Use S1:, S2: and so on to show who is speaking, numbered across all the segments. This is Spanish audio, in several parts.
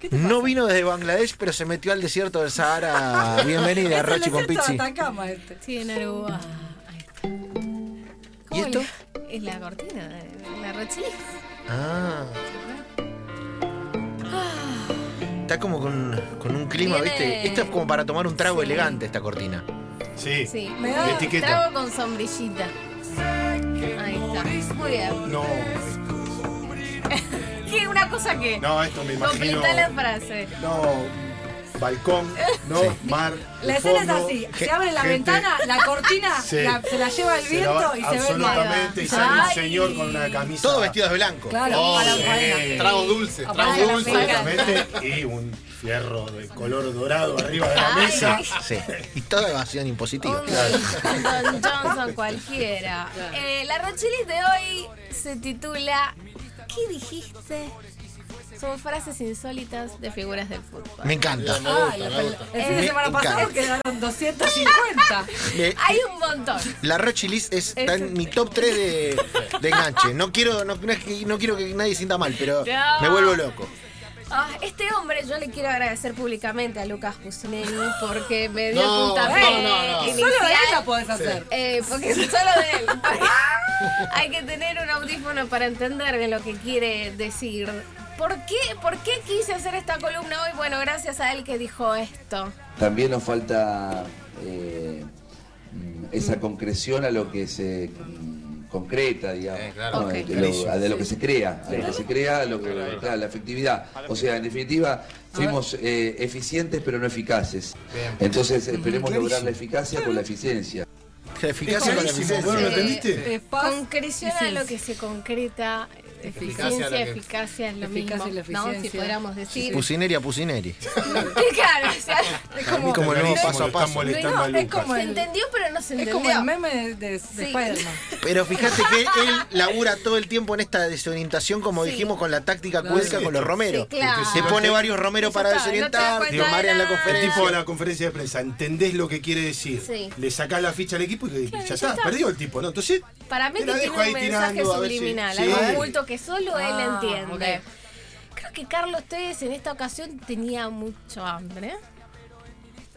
S1: ¿Qué te
S2: No
S1: pasa?
S2: vino desde Bangladesh, pero se metió al desierto del Sahara. Bienvenida,
S1: Este Es el
S2: Rochi con
S1: desierto de
S2: Pizzi.
S1: Atacama este.
S3: Sí, en Aruba. ah, Ahí está.
S2: ¿Y
S3: ¿Cómo
S2: esto?
S3: le- Es la cortina, de la Rochi.
S2: Ah. Está como con, con un clima,
S3: Viene-
S2: ¿viste? Esto es como para tomar un trago elegante, esta cortina.
S4: Sí.
S3: Sí,
S1: Me da-
S4: De etiqueta.
S3: trago con sombrillita. Ahí está. Muy bien.
S4: No,
S3: ¿Qué? Una cosa que.
S4: no, esto me imagino.
S3: Completa la frase.
S4: No, balcón, no, mar.
S1: La
S4: de
S1: escena es
S4: fondo,
S1: así,
S4: ge-
S1: se abre la
S4: gente-
S1: ventana, la cortina,
S4: Sí.
S1: la- se la lleva el
S4: Se la
S1: viento
S4: va-
S1: y se ve
S4: Absolutamente,
S1: el
S4: y sale un
S3: Ay.
S4: señor con una camisa.
S2: Todos vestidos de blanco.
S1: Claro,
S5: Oh,
S1: a la
S5: sí.
S1: faena.
S5: Trago dulce,
S1: Apaga
S5: trago
S1: la
S5: dulce.
S1: faena.
S4: Absolutamente, Y un fierro de color dorado arriba de la
S3: Ay.
S4: mesa.
S2: Sí. Y toda evasión impositiva.
S3: Don Johnson cualquiera. Eh, la Rochilis de hoy se titula ¿Qué dijiste? Son frases insólitas de figuras del fútbol.
S2: Me encanta.
S5: Me gusta, me gusta.
S1: El fin de
S2: Me
S1: semana pasado
S2: encanta.
S1: quedaron 250.
S2: Le-
S3: Hay un montón.
S2: La Rochi Liz es- está en mi top 3 de, de enganche. No quiero, no, no es que- no quiero que nadie sienta mal, pero
S3: No.
S2: me vuelvo loco.
S3: Ah, este hombre, yo le quiero agradecer públicamente a Lucas Cusinelli porque me dio
S5: No,
S3: el puntapié
S5: no, no, no.
S3: inicial.
S1: Eh, Solo de él la podés hacer.
S3: Eh, porque es solo de él. Hay que tener un audífono para entender lo que quiere decir. ¿Por qué, ¿Por qué quise hacer esta columna hoy? Bueno, gracias a él que dijo esto.
S6: También nos falta eh, mm, esa concreción a lo que se mm, concreta, digamos,
S5: Eh, claro.
S3: Ok.
S6: de, lo, a de lo que se crea, a lo que se crea, a lo que, claro, la efectividad. O sea, en definitiva, fuimos eh, eficientes pero no eficaces.
S5: Bien.
S6: Entonces, esperemos lograr la eficacia con la eficiencia.
S2: La eficacia con la
S4: Buenísimo,
S2: eficiencia.
S4: ¿vos no lo entendiste?
S1: Es Eh, paz,
S3: Concreción a lo que se concreta.
S5: Eficacia
S3: Eficiencia,
S5: a la que-
S3: eficacia es lo
S1: Eficacia
S3: mismo.
S1: y la
S3: ¿no? Si
S1: eficiencia.
S3: pudiéramos decir.
S2: Pusineri a Pusineri.
S3: Claro, o sea, es como.
S2: como el nuevo
S4: Clarísimo,
S2: paso a
S4: lo están
S2: paso.
S4: molestando
S1: No,
S4: a
S1: es
S4: Lucas.
S1: como
S3: Se entendió, pero no se
S1: es
S3: entendió.
S1: como el meme de, de- de Spider-Man.
S2: Pero fíjate que él labura todo el tiempo en esta desorientación, como
S3: Sí.
S2: dijimos, con la táctica
S1: Claro.
S2: cuelca con los romeros.
S3: Sí, claro.
S2: Se pone varios romeros
S3: Eso
S2: para
S3: está, no te das
S2: desorientar,
S3: cuenta
S2: digo,
S3: de
S2: marean la
S3: nada.
S4: El tipo de
S2: conferencia.
S4: la conferencia de prensa, entendés lo que quiere decir,
S3: Sí.
S4: le sacás la ficha al equipo y le
S3: Claro,
S4: ya
S3: ya
S4: está,
S3: está.
S4: perdió el tipo, ¿no? Entonces,
S3: Para mí
S4: te
S3: que
S4: la
S3: tiene
S4: dejo
S3: un
S4: ahí
S3: mensaje
S4: tirando, a ver si-
S3: subliminal,
S4: sí.
S3: algo oculto que solo él
S1: Ah,
S3: entiende.
S1: ok.
S3: Creo que Carlos Tevez en esta ocasión tenía mucho hambre.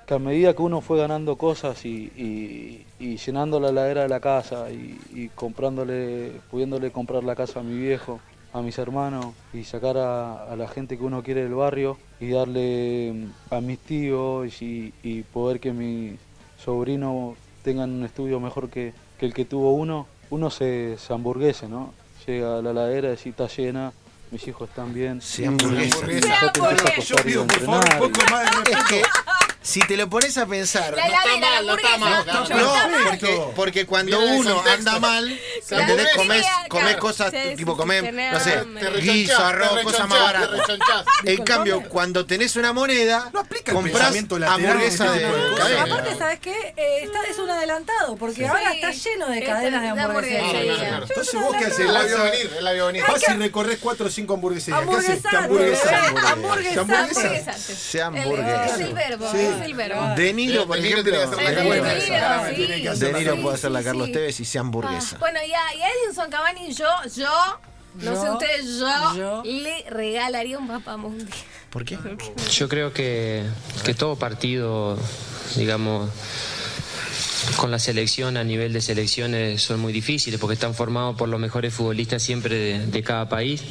S7: que a medida que uno fue ganando cosas y, y- y llenando la ladera de la casa y, y comprándole, pudiéndole comprar la casa a mi viejo, a mis hermanos y sacar a, a la gente que uno quiere del barrio y darle mm, a mis tíos y, y poder que mis sobrinos tengan un estudio mejor que, que el que tuvo uno, uno se, se hamburguese, ¿no? Llega a la ladera y dice, está llena, mis hijos están bien.
S2: Se hamburguesa.
S4: hamburguesa.
S7: Ya te empieza a
S3: hamburguesa.
S4: yo
S7: costar ir a
S4: pido por favor
S7: entrenar,
S4: un poco más de
S2: Es
S4: respeto.
S2: que, si te lo pones a pensar,
S3: La
S5: está
S3: heladera,
S5: mal,
S3: la
S5: no está
S3: hamburguesa.
S5: mal,
S3: yo-
S5: no
S2: No,
S5: está
S3: yo-
S2: porque, porque cuando
S5: Viene de
S2: uno
S5: contexto.
S2: anda mal,
S5: Se
S2: ¿entendés?
S5: aburre.
S2: Comés,
S3: Claro.
S2: comés cosas,
S3: Sí, sí,
S2: tipo
S3: sí,
S2: comés,
S3: tenés
S2: no sé,
S3: hambre.
S5: Te rechonchás,
S2: guiso, arroz,
S5: te
S2: cosas más
S5: rechonchás, te
S2: baratas.
S5: rechonchás.
S2: En cambio, cuando tenés una moneda,
S4: No aplica el
S2: compras
S4: pensamiento lateral,
S2: hamburguesa
S4: ese
S2: de
S4: tipo de cosas.
S2: cadena.
S1: Aparte, ¿sabes qué? Eh, está, es un adelantado, porque ahora está lleno de
S3: Sí,
S1: cadenas de
S3: está- está
S1: hamburguesas.
S3: hamburguesería.
S5: No, no, no, no.
S4: Entonces vos qué haces,
S5: Él la
S4: vas,
S5: vio
S4: a-
S5: venir, él la vio venir.
S4: vas y recorres cuatro o cinco hamburgueserías. ¿Qué haces?
S1: Hamburguesate,
S4: Te hamburguesas.
S1: bebé,
S4: Te hamburguesas.
S3: Hamburguesante.
S2: Se
S3: El- Es
S2: hamburguesa.
S3: el verbo,
S4: Sí.
S3: es el verbo.
S2: De Niro,
S5: El
S2: por
S5: Niro
S2: ejemplo.
S5: tiene que hacer la
S2: es
S3: El
S2: buena
S3: Niro,
S2: esa.
S4: Claramente
S3: sí.
S4: tiene que hacer
S2: De
S4: la
S2: Niro
S4: misma.
S2: puede hacer la
S3: sí,
S2: Carlos
S3: sí.
S2: Tevez y se hamburguesa.
S3: Ah, Bueno, y a, y a Edinson Cavani, yo, yo, no sé
S1: Yo,
S3: ustedes, yo,
S1: yo.
S3: le regalaría un papamundi.
S2: ¿Por qué?
S8: Yo creo que, que todo partido, digamos, con la selección a nivel de selecciones son muy difíciles porque están formados por los mejores futbolistas siempre de, de cada país.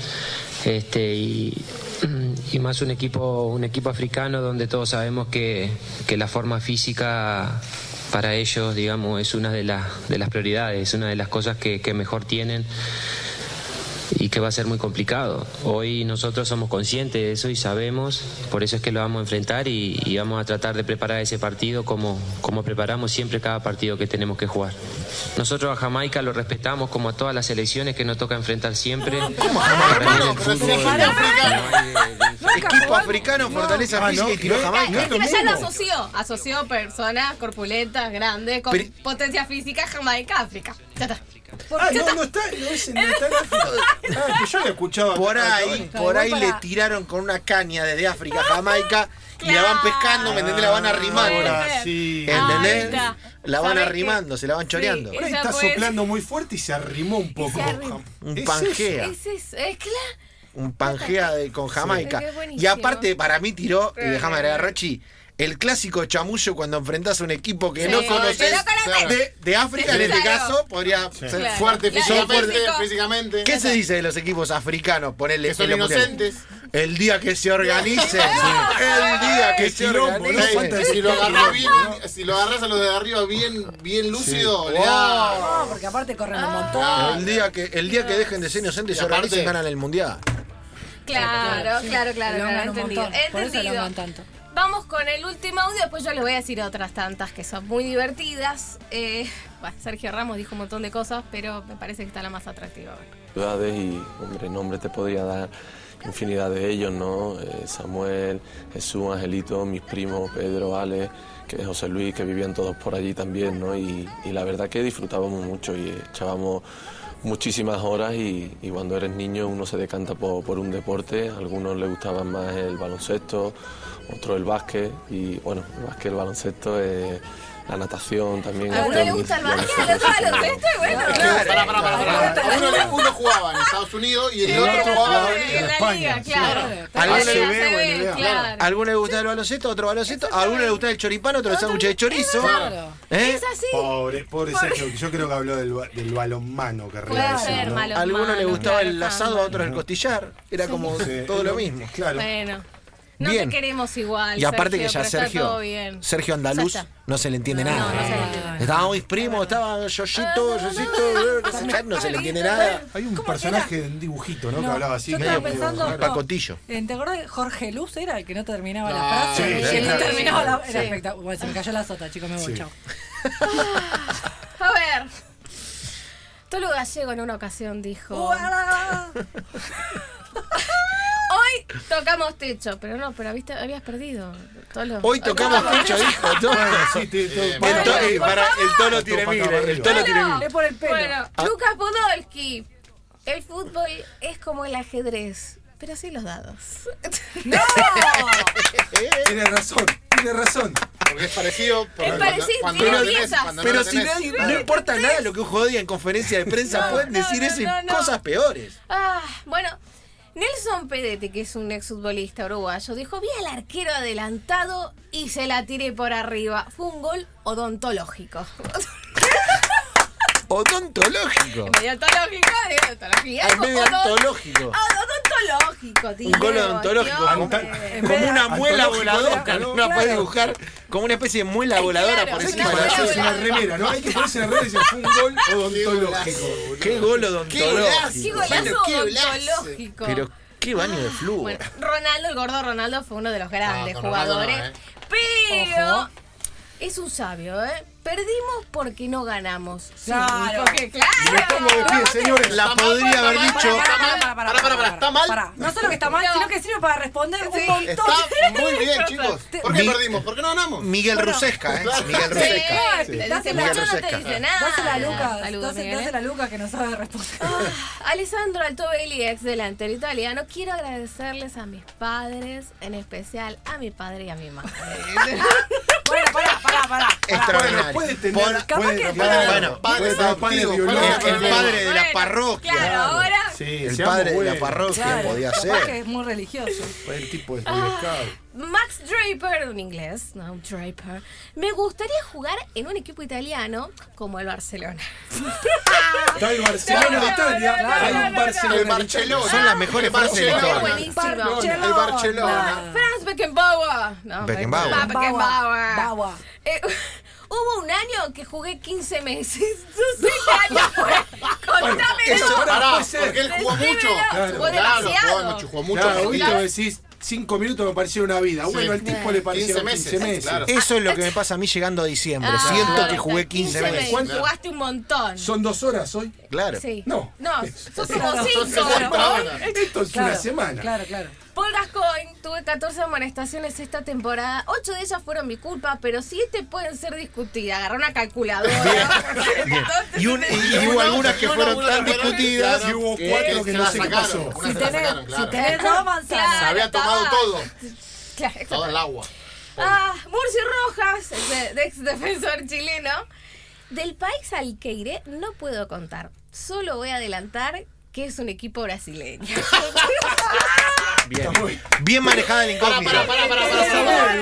S8: Este, y, y más un equipo, un equipo africano donde todos sabemos que, que la forma física para ellos, digamos, es una de las, de las prioridades, es una de las cosas que- que mejor tienen y que va a ser muy complicado. Hoy nosotros somos conscientes de eso y sabemos, por eso es que lo vamos a enfrentar y, y vamos a tratar de preparar ese partido como, como preparamos siempre cada partido que tenemos que jugar. Nosotros a Jamaica lo respetamos como a todas las selecciones que nos toca enfrentar siempre. Para mí en el
S5: Pero es un
S8: fútbol-
S5: equipo africano.
S2: Equipo africano, fortaleza
S4: Ah,
S2: física
S4: no,
S2: y tiró
S4: ¿eh?
S2: Jamaica.
S4: No es lo
S3: Encima ya lo
S4: mismo.
S3: asoció, asoció personas corpulentas, grandes, con
S2: Pero-
S3: potencia física, Jamaica, África. Ya está.
S4: Ah, no, no está, no es, no está en África. Ah, que yo lo escuchaba.
S2: Por ahí,
S1: Claro,
S2: por ahí
S1: igual
S2: le
S1: para-
S2: tiraron con una caña desde África a Jamaica y la van pescando, ¿me entendés? La van arrimando.
S4: Ahora sí.
S3: Ah,
S2: ¿Entendés?
S3: ahí está.
S2: La van
S3: ¿Sabés
S2: arrimando,
S3: qué?
S2: se la van choreando.
S4: Ahora
S3: Esa
S4: está
S3: puede-
S4: soplando muy fuerte y se arrimó un poco.
S3: arrimó.
S2: Un
S4: Es eso.
S2: pangea.
S3: Es eso, es claro.
S2: un pangea de- con Jamaica.
S3: Sí. Qué buenísimo.
S2: Y aparte, para mí tiró, y déjame agregar Rochi, el clásico chamullo cuando enfrentás a un equipo que
S3: Sí.
S2: no conoces
S3: Que no conocés.
S2: de, de África, en este
S3: Claro.
S2: caso, podría ser
S3: Claro.
S5: Fuerte
S3: Claro,
S5: físicamente,
S3: físico.
S5: físicamente.
S2: ¿Qué se dice de los equipos africanos? Ponele
S5: Que son
S2: en los mundiales.
S5: inocentes.
S2: El día que se organicen. El día que
S4: Qué
S2: se
S4: quilombo, ¿no?
S5: Sí,
S2: organicen.
S4: Falta de
S5: Si lo
S4: sentido,
S5: agarras
S4: ¿no?
S5: bien, si lo agarras a los de arriba bien, bien lúcido, le
S1: No,
S5: da-
S1: porque aparte corren un montón.
S5: Ah,
S2: El día que, el día que dejen de ser inocentes
S5: Y
S2: se organicen
S5: aparte-
S2: ganan el mundial.
S3: Claro, claro, claro,
S1: Lo
S3: claro,
S1: aman un
S3: entendido.
S1: montón, por eso lo
S3: entendido.
S1: aman tanto.
S3: Vamos con el último audio, después yo les voy a decir otras tantas que son muy divertidas. Eh, bah, Sergio Ramos dijo un montón de cosas, pero me parece que está la más atractiva.
S9: ciudades y, hombre, nombre te podría dar infinidad de ellos, ¿no? Eh, Samuel, Jesús, Angelito, mis primos, Pedro, Ale, que José Luis, que vivían todos por allí también, ¿no? Y, y la verdad que disfrutábamos mucho y echábamos muchísimas horas y, y cuando eres niño uno se decanta por, por un deporte, a algunos les gustaba más el baloncesto, otros el básquet y bueno, el básquet, el baloncesto, eh, la natación también.
S3: A uno le
S9: hasta
S3: gusta el
S9: ya no
S3: básquet,
S9: sé
S3: al otro
S9: si-
S3: baloncesto y este, bueno.
S5: Pará, pará, pará, pará. Uno, le- uno jugaba en Estados Unidos y el otro jugaba en
S3: en
S5: Liga.
S3: la liga, claro.
S2: Algunos
S3: Así
S2: le-
S3: se ve, claro.
S2: Algunos les gusta el baloncesto, otro baloncesto, a algunos les gusta el choripano, otro el sándwich de chorizo.
S1: Claro.
S2: ¿Eh?
S3: Es así.
S4: Pobre, pobre Sergio, que yo creo que habló del, ba- del balonmano que
S3: Puede
S4: realizó.
S3: ser,
S4: ¿no?
S3: malo.
S2: A algunos les
S3: malo,
S2: gustaba el
S3: claro,
S2: asado, a
S3: malo.
S2: otros el costillar. Era como
S4: Sí,
S2: todo
S4: es
S2: lo mismo.
S4: Claro.
S3: Bueno. No
S2: Bien.
S3: te queremos igual.
S2: Y aparte
S3: Sergio,
S2: que ya
S3: pero está todo
S2: Sergio,
S3: bien.
S2: Sergio Andaluz,
S3: Ya está.
S2: no se le entiende
S3: No,
S2: nada.
S3: no se le
S1: entiende.
S2: Estaban mis primos, estaba Yoyito, Yosito, qué sé yo, no se le entiende nada.
S4: Hay un personaje de un dibujito, ¿no? que
S1: No,
S4: hablaba así.
S1: yo
S4: medio
S1: estaba
S4: como-
S1: pensando-
S4: raro.
S2: Pacotillo.
S1: Eh, ¿Te acordás que Jorge Luz era el que no terminaba la frase?
S4: sí,
S1: y
S4: sí,
S1: el que
S4: claro.
S1: terminaba la... Era
S3: Sí.
S1: espectacular. Bueno, se me cayó la sota, chicos, me voy,
S4: Sí.
S1: chao.
S3: A ver. Tolo Gallego en una ocasión dijo.
S1: Uala.
S3: Hoy tocamos techo, pero no, pero viste, habías perdido. Tolo.
S2: Hoy tocamos techo, dijo. ¿no?
S4: Sí, te- te-
S5: Bueno,
S2: El to-
S3: por
S2: eh, para- el tono tiene
S4: Topata
S2: mil,
S4: para
S2: el
S4: arriba.
S2: tono tiene
S3: Bueno,
S2: mil.
S1: Es por el pelo.
S3: Bueno,
S2: ah.
S3: Lucas Podolski. El fútbol es como el ajedrez, pero sin los dados. ¡No!
S4: Tiene razón, tiene razón.
S5: Porque es parecido. porque cuando-
S3: parecido,
S5: cuando
S3: tiene
S5: no lo tenés,
S3: piezas.
S5: cuando no
S2: Pero
S5: lo
S2: si
S5: tenés.
S2: nadie, no importa nada lo que un jodía en conferencia de prensa,
S3: No,
S2: pueden
S3: no,
S2: decir
S3: no,
S2: eso y
S3: no, no.
S2: cosas peores.
S3: Ah, bueno, Nelson Pedete, que es un exfutbolista uruguayo, dijo, vi al arquero adelantado y se la tiré por arriba. Fue un gol odontológico.
S2: Odontológico.
S3: medio odontológico, medio odontológico.
S2: En medio
S3: Odon-
S2: antológico.
S3: Ah, Odontológico, tío.
S2: Un gol odontológico.
S3: Dios, eh,
S2: como-
S4: Anta-
S1: En vez
S2: Como
S1: de-
S2: una muela
S4: Antológico,
S2: voladora.
S4: claro.
S2: No la puedes dibujar como una especie de muela
S3: Ay,
S2: voladora
S3: claro,
S2: por
S3: sí,
S2: encima
S4: Para
S2: de la
S4: eso es
S2: suya.
S4: una remera, ¿no? Hay que ponerse la remera y decir, fue un gol odontológico.
S2: Qué gol
S5: ¡Qué golazo!
S3: Qué
S2: odontológico.
S3: golazo
S5: Bueno, qué golazo.
S3: odontológico.
S2: Pero qué baño de flujo.
S3: Bueno, Ronaldo, el gordo Ronaldo, fue uno de los grandes
S5: No, con Ronaldo
S3: jugadores. Pero
S1: Ojo.
S3: es un sabio, ¿eh? Perdimos porque no ganamos. Sí,
S1: Claro.
S3: porque claro.
S4: Me pongo de pie, señores.
S2: La podría haber dicho.
S1: Pará, pará,
S5: Está mal,
S1: pará, pará,
S5: pará, pará,
S1: pará,
S5: está mal.
S1: pará. No solo que está mal,
S3: No.
S1: sino que sirve para responder un montón.
S5: Está muy bien, chicos. ¿Por qué
S2: Mi-
S5: perdimos? ¿Por qué no ganamos?
S2: Miguel Rusesca, ¿eh? Miguel
S3: Sí,
S2: Rusesca.
S3: sí.
S1: Dásela.
S3: Dásela, yo no te dice nada.
S1: Dásela a Lucas,
S3: Saludos,
S1: dásela,
S3: Miguel, ¿eh?
S1: dásela a Lucas que no sabe responder.
S3: Alessandro Altobelli, ex delantero italiano, quiero agradecerles a mis padres, en especial a mi padre y a mi madre.
S1: Bueno, pará, pará, pará.
S2: Extraordinario.
S4: Puede tener.
S2: Por-
S1: Capaz
S4: puede,
S1: que-
S2: Bueno,
S4: tener- puede tener
S5: padre
S4: padre
S5: adoptivo,
S4: biológico.
S2: el padre de la
S3: Bueno,
S2: parroquia.
S3: Claro, ahora.
S4: Sí,
S2: El
S4: seamos
S2: padre de la
S4: buenos.
S2: parroquia podía
S1: capaz que
S2: ser.
S1: es muy religioso.
S4: Fue el tipo de supermercado.
S3: Ah. Max Draper, un inglés, no, un Draper. Me gustaría jugar en un equipo italiano como el Barcelona.
S4: Está el Barcelona
S3: No, no,
S4: de Italia.
S3: no, no,
S4: Hay
S3: no,
S4: un
S3: no,
S4: Barcelona.
S5: El
S4: de
S5: Barcelona.
S2: Son las mejores
S5: El
S2: frases de
S5: Barcelona.
S2: toda.
S3: Qué buenísimo.
S1: Barcelona.
S5: El Barcelona.
S3: Franz Beckenbauer. No,
S2: Beckenbauer.
S1: Ah,
S3: Beckenbauer.
S1: Bauer.
S3: Eh, hubo un año que jugué 15 meses. No sé qué año fue. Contámelo.
S5: Eso, pará,
S4: puede ser.
S5: porque él jugó
S3: Decímelo.
S5: mucho.
S3: Claro. Jugó demasiado.
S5: jugó mucho, jugó mucho.
S4: Claro,
S5: Sí,
S4: viste, vos decís, cinco minutos me pareció una vida. Bueno, al tipo le parecieron
S5: 15
S4: 15 meses.
S5: claro.
S2: Eso es lo que me pasa a mí llegando a diciembre.
S3: Ah,
S2: Siento que
S3: claro.
S2: jugué 15 veces.
S4: ¿Cuánto?
S3: Jugaste un montón.
S4: Son dos horas hoy.
S2: Claro.
S3: Sí.
S4: No.
S3: No, son como
S1: Claro.
S3: cinco.
S5: Son
S3: ¿no?
S5: cuatro.
S4: Esto es una
S1: Claro,
S4: semana.
S1: Claro, claro.
S3: Paul Gascoigne, tuve 14 amonestaciones esta temporada. 8 de ellas fueron mi culpa, pero 7 pueden ser discutidas. Agarré una calculadora.
S2: Y, un- y- y hubo algunas que fueron tan discutidas.
S4: y hubo
S5: que
S4: cuatro que
S5: se
S4: no
S5: la
S4: sé qué
S5: sacaron,
S4: pasó.
S5: una
S1: Si
S5: se la
S1: tenés,
S5: sacaron,
S1: si
S5: claro.
S1: tenés dos manzanas.
S5: Se había tomado
S3: Estaba-
S5: todo,
S3: Claro,
S5: todo el agua.
S3: Ah, Murcio Rojas, ex- ex defensor chileno. Del país al que iré no puedo contar. Solo voy a adelantar que es un equipo brasileño.
S2: Bien. Bien manejada la
S5: Para,
S2: incógnita.
S5: para, para, para, para
S4: saber
S5: saber.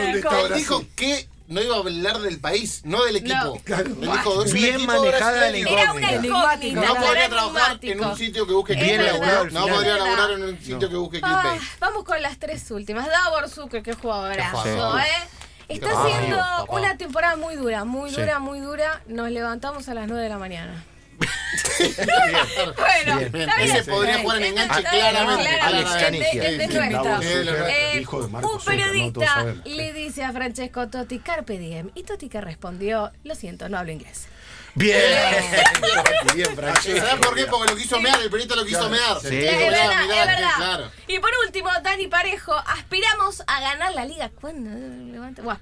S4: dónde está
S5: Él dijo
S4: Brasil.
S5: que no iba a hablar del país, no del equipo.
S3: No.
S5: Él dijo, es un
S2: Bien
S5: equipo
S2: manejada la
S5: brasileño.
S3: Era una
S2: Incógnita.
S3: incógnita.
S5: No
S3: era
S5: podría trabajar en
S3: enigmático.
S5: un sitio que busque
S3: Es
S2: Bien
S5: clickbait.
S2: laburado al
S5: No
S2: final.
S5: podría
S3: Es verdad.
S5: laburar en un sitio que busque
S3: Ah,
S5: clickbait.
S3: vamos con las tres últimas. Davor Zucker, qué
S5: Qué
S3: jugadorazo,
S5: jugador.
S3: ¿eh? Está
S5: Qué jugador,
S3: siendo
S5: papá.
S3: una temporada muy dura, muy dura, muy dura. Nos levantamos a las 9 de la mañana. bueno,
S2: Bien,
S3: está bien.
S5: Ese podría jugar en
S3: Está
S5: enganche
S3: bien,
S5: claramente.
S2: Alex Canigia.
S3: Es de- es de
S5: Sí, sí,
S3: nuestra.
S5: sí, la verdad.
S3: Eh,
S10: hijo de Marco
S3: un
S10: Zucker, ¿no? Todos
S3: periodista
S10: sabemos.
S3: le dice a Francesco Totti Carpe Diem y Totti que respondió, lo siento, no hablo inglés.
S2: Bien. Bien, Francesco.
S5: ¿Sabes por qué? Porque lo quiso mear, el periodista lo quiso mear.
S2: Sí.
S5: Dijo,
S3: Es
S5: "Ya,
S3: verdad,
S5: mirá,
S3: es verdad.
S5: Claro.
S3: Y por último, Dani Parejo, aspiramos a ganar la liga. ¿Cuándo? Levanta- Buah.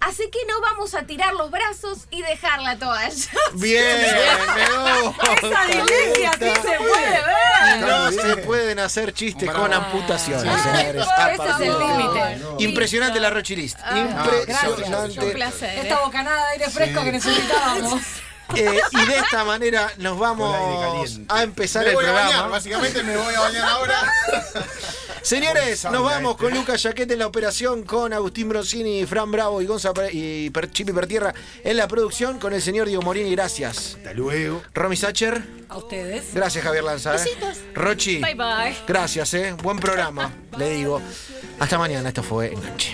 S3: Así que no vamos a tirar los brazos y dejar la toalla.
S2: Bien.
S1: Esa dislexia sí se puede ver.
S2: No, no se pueden hacer chistes con amputaciones, señores.
S3: Por
S2: Ah,
S3: eso
S2: por
S3: es el
S2: favor.
S3: límite. Ah,
S2: Impresionante la Rochilist.
S3: Un
S2: Impresionante.
S3: placer. ¿eh?
S1: Esta bocanada de aire fresco que necesitábamos.
S2: Eh, y de esta manera nos
S10: Con aire
S2: vamos
S10: caliente.
S2: a empezar
S5: Me
S2: el
S5: voy a
S2: programa.
S5: bañar, básicamente me voy a bañar ahora.
S2: Señores,
S10: Con sauna
S2: nos vamos
S10: este.
S2: con Lucas Jaquete en la operación, con Agustín Brosini, Fran Bravo y Gonza Per- y Per- Chipi Pertierra en la producción, con el señor Diego Morini, gracias.
S10: Hasta luego.
S2: Romy Sacher,
S1: A ustedes.
S2: gracias Javier Lanza. eh. Rochi,
S3: Bye bye.
S2: gracias, eh. buen programa, le digo. Hasta mañana, esto fue Enganche.